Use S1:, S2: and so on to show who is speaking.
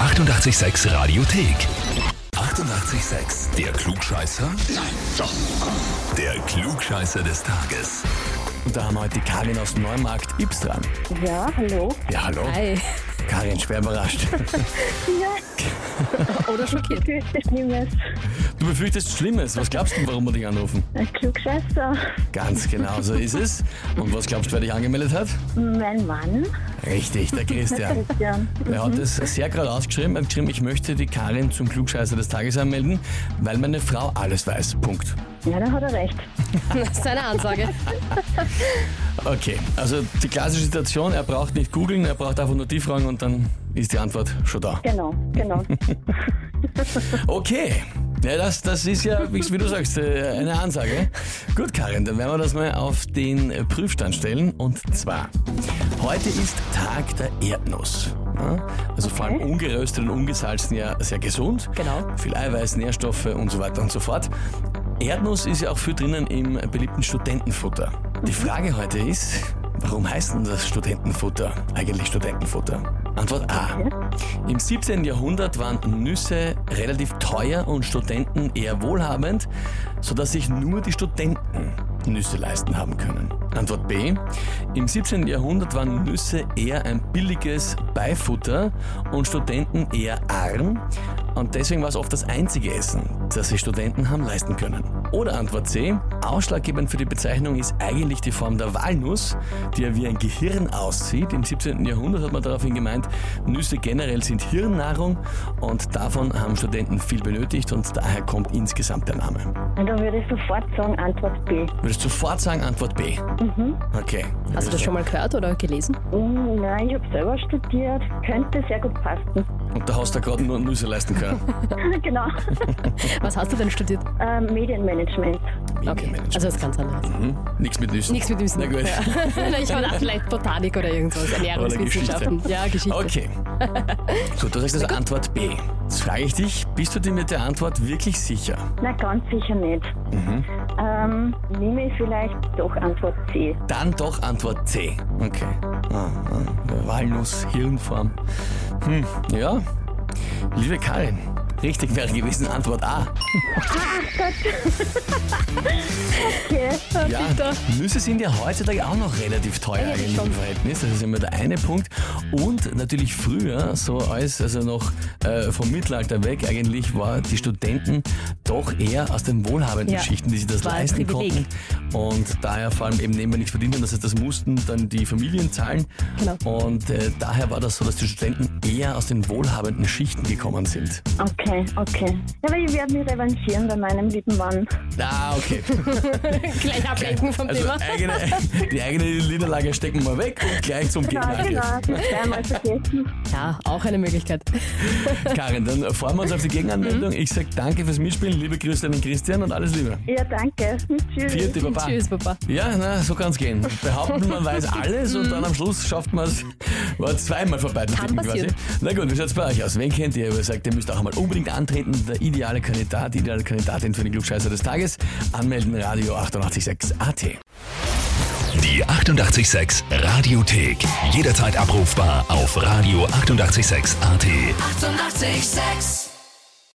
S1: 886 Radiothek. 88,6. Der Klugscheißer? Nein, doch. Der Klugscheißer des Tages.
S2: Da haben wir heute die Karin aus dem Neumarkt Ips dran.
S3: Ja, hallo.
S2: Ja, hallo.
S4: Ei,
S2: Karin, schwer überrascht.
S3: Ja,
S4: oder schockiert.
S3: grüß dich, Nimes.
S2: Du befürchtest Schlimmes. Was glaubst du, warum wir dich anrufen?
S3: Ein Klugscheißer.
S2: Ganz genau, so ist es. Und was glaubst du, wer dich angemeldet hat?
S3: Mein Mann,
S2: Richtig, der Christian.
S3: Christian.
S2: Er hat es sehr gerade ausgeschrieben. Er hat geschrieben, ich möchte die Karin zum Klugscheißer des Tages anmelden, weil meine Frau alles weiß. Punkt.
S3: Ja, da hat er recht.
S4: Das ist eine Ansage.
S2: Okay, also die klassische Situation, er braucht nicht googeln, er braucht einfach nur die Fragen und dann ist die Antwort schon da.
S3: Genau, genau.
S2: Okay. Ja, das, das ist ja, wie, wie du sagst, äh, eine Ansage. Gut, Karin, dann werden wir das mal auf den äh, Prüfstand stellen. Und zwar, heute ist Tag der Erdnuss. Ja? Also vor allem ungeröstet und ungesalzen ja sehr gesund.
S4: Genau.
S2: Viel Eiweiß, Nährstoffe und so weiter und so fort. Erdnuss ist ja auch viel drinnen im beliebten Studentenfutter. Die Frage heute ist, warum heißt denn das Studentenfutter eigentlich Studentenfutter? Antwort A. Im 17. Jahrhundert waren Nüsse relativ teuer und Studenten eher wohlhabend, sodass sich nur die Studenten Nüsse leisten haben können. Antwort B. Im 17. Jahrhundert waren Nüsse eher ein billiges Beifutter und Studenten eher arm. Und deswegen war es oft das einzige Essen, das sich Studenten haben leisten können. Oder Antwort C. Ausschlaggebend für die Bezeichnung ist eigentlich die Form der Walnuss, die ja wie ein Gehirn aussieht. Im 17. Jahrhundert hat man daraufhin gemeint, Nüsse generell sind Hirnnahrung und davon haben Studenten viel benötigt und daher kommt insgesamt der Name.
S3: Und da würde ich sofort sagen, Antwort B.
S2: Würdest du sofort sagen, Antwort B?
S3: Mhm.
S2: Okay.
S4: Hast du das schon mal gehört oder gelesen?
S3: Mm, Nein, ich habe selber studiert. Könnte sehr gut passen.
S2: Und da hast du gerade nur Nüsse leisten können.
S3: genau.
S4: Was hast du denn studiert?
S3: Ähm, Medienmanagement.
S4: Okay,
S2: Medienmanagement.
S4: also was ganz anderes.
S2: Hm? Nichts mit Nüssen.
S4: Nichts mit dem
S2: Na gut.
S4: Ja. Ich habe gedacht, vielleicht Botanik oder irgendwas, Ernährungswissenschaften.
S2: Geschichte.
S4: Ja, Geschichte.
S2: Okay. So, du sagst also Antwort B. Jetzt frage ich dich, bist du dir mit der Antwort wirklich sicher?
S3: Na, ganz sicher nicht. Ähm, nehme ich vielleicht doch Antwort C.
S2: Dann doch Antwort C. Okay. Ah, ah, Walnuss, Hirnform. Hm, ja. Liebe Karin, richtig wäre gewesen Antwort A.
S3: Okay.
S2: Ja, Nüsse sind ja heutzutage auch noch relativ teuer eigentlich im Verhältnis. Das ist immer der eine Punkt. Und natürlich früher, so als also noch äh, vom Mittelalter weg, eigentlich war die Studenten doch eher aus den wohlhabenden
S4: Ja,
S2: Schichten, die sich das
S4: war ein
S2: leisten konnten.
S4: Privileg.
S2: Und daher vor allem eben nebenbei nichts verdienen. Das heißt, das mussten dann die Familien zahlen.
S4: Genau.
S2: Und äh, daher war das so, dass die Studenten eher aus den wohlhabenden Schichten gekommen sind.
S3: Okay, okay. Ja, aber ich werde mich revanchieren bei meinem lieben Mann.
S2: Ah, okay.
S4: Gleich ablenken vom
S2: Also
S4: Thema.
S2: eigene, die eigene Niederlage stecken wir weg und gleich zum
S3: Genau,
S2: Gegner.
S3: genau. Einmal vergessen.
S4: Ja, auch eine Möglichkeit.
S3: genau.
S2: Karin, dann freuen wir uns auf die Gegenanmeldung.
S3: Mhm.
S2: Ich sage danke fürs Mitspielen. Liebe Grüße an den Christian und alles Liebe.
S3: Ja, danke. Tschüss.
S2: Vierte Baba.
S4: Tschüss, Papa.
S2: Ja, na, so kann's gehen. Behaupten, man weiß alles und dann am Schluss schafft man es. War zweimal vorbei.
S4: Kann passieren.
S2: Na gut, wie schaut's bei euch aus? Wen kennt ihr, wo ihr sagt, ihr müsst auch mal unbedingt antreten? Der ideale Kandidat, die ideale Kandidatin für den Glückscheißer des Tages. Anmelden, Radio 886 AT.
S1: Die 88,6 Radiothek. Jederzeit abrufbar auf radio886.at. 88,6.
S5: Eighty-eight, sex.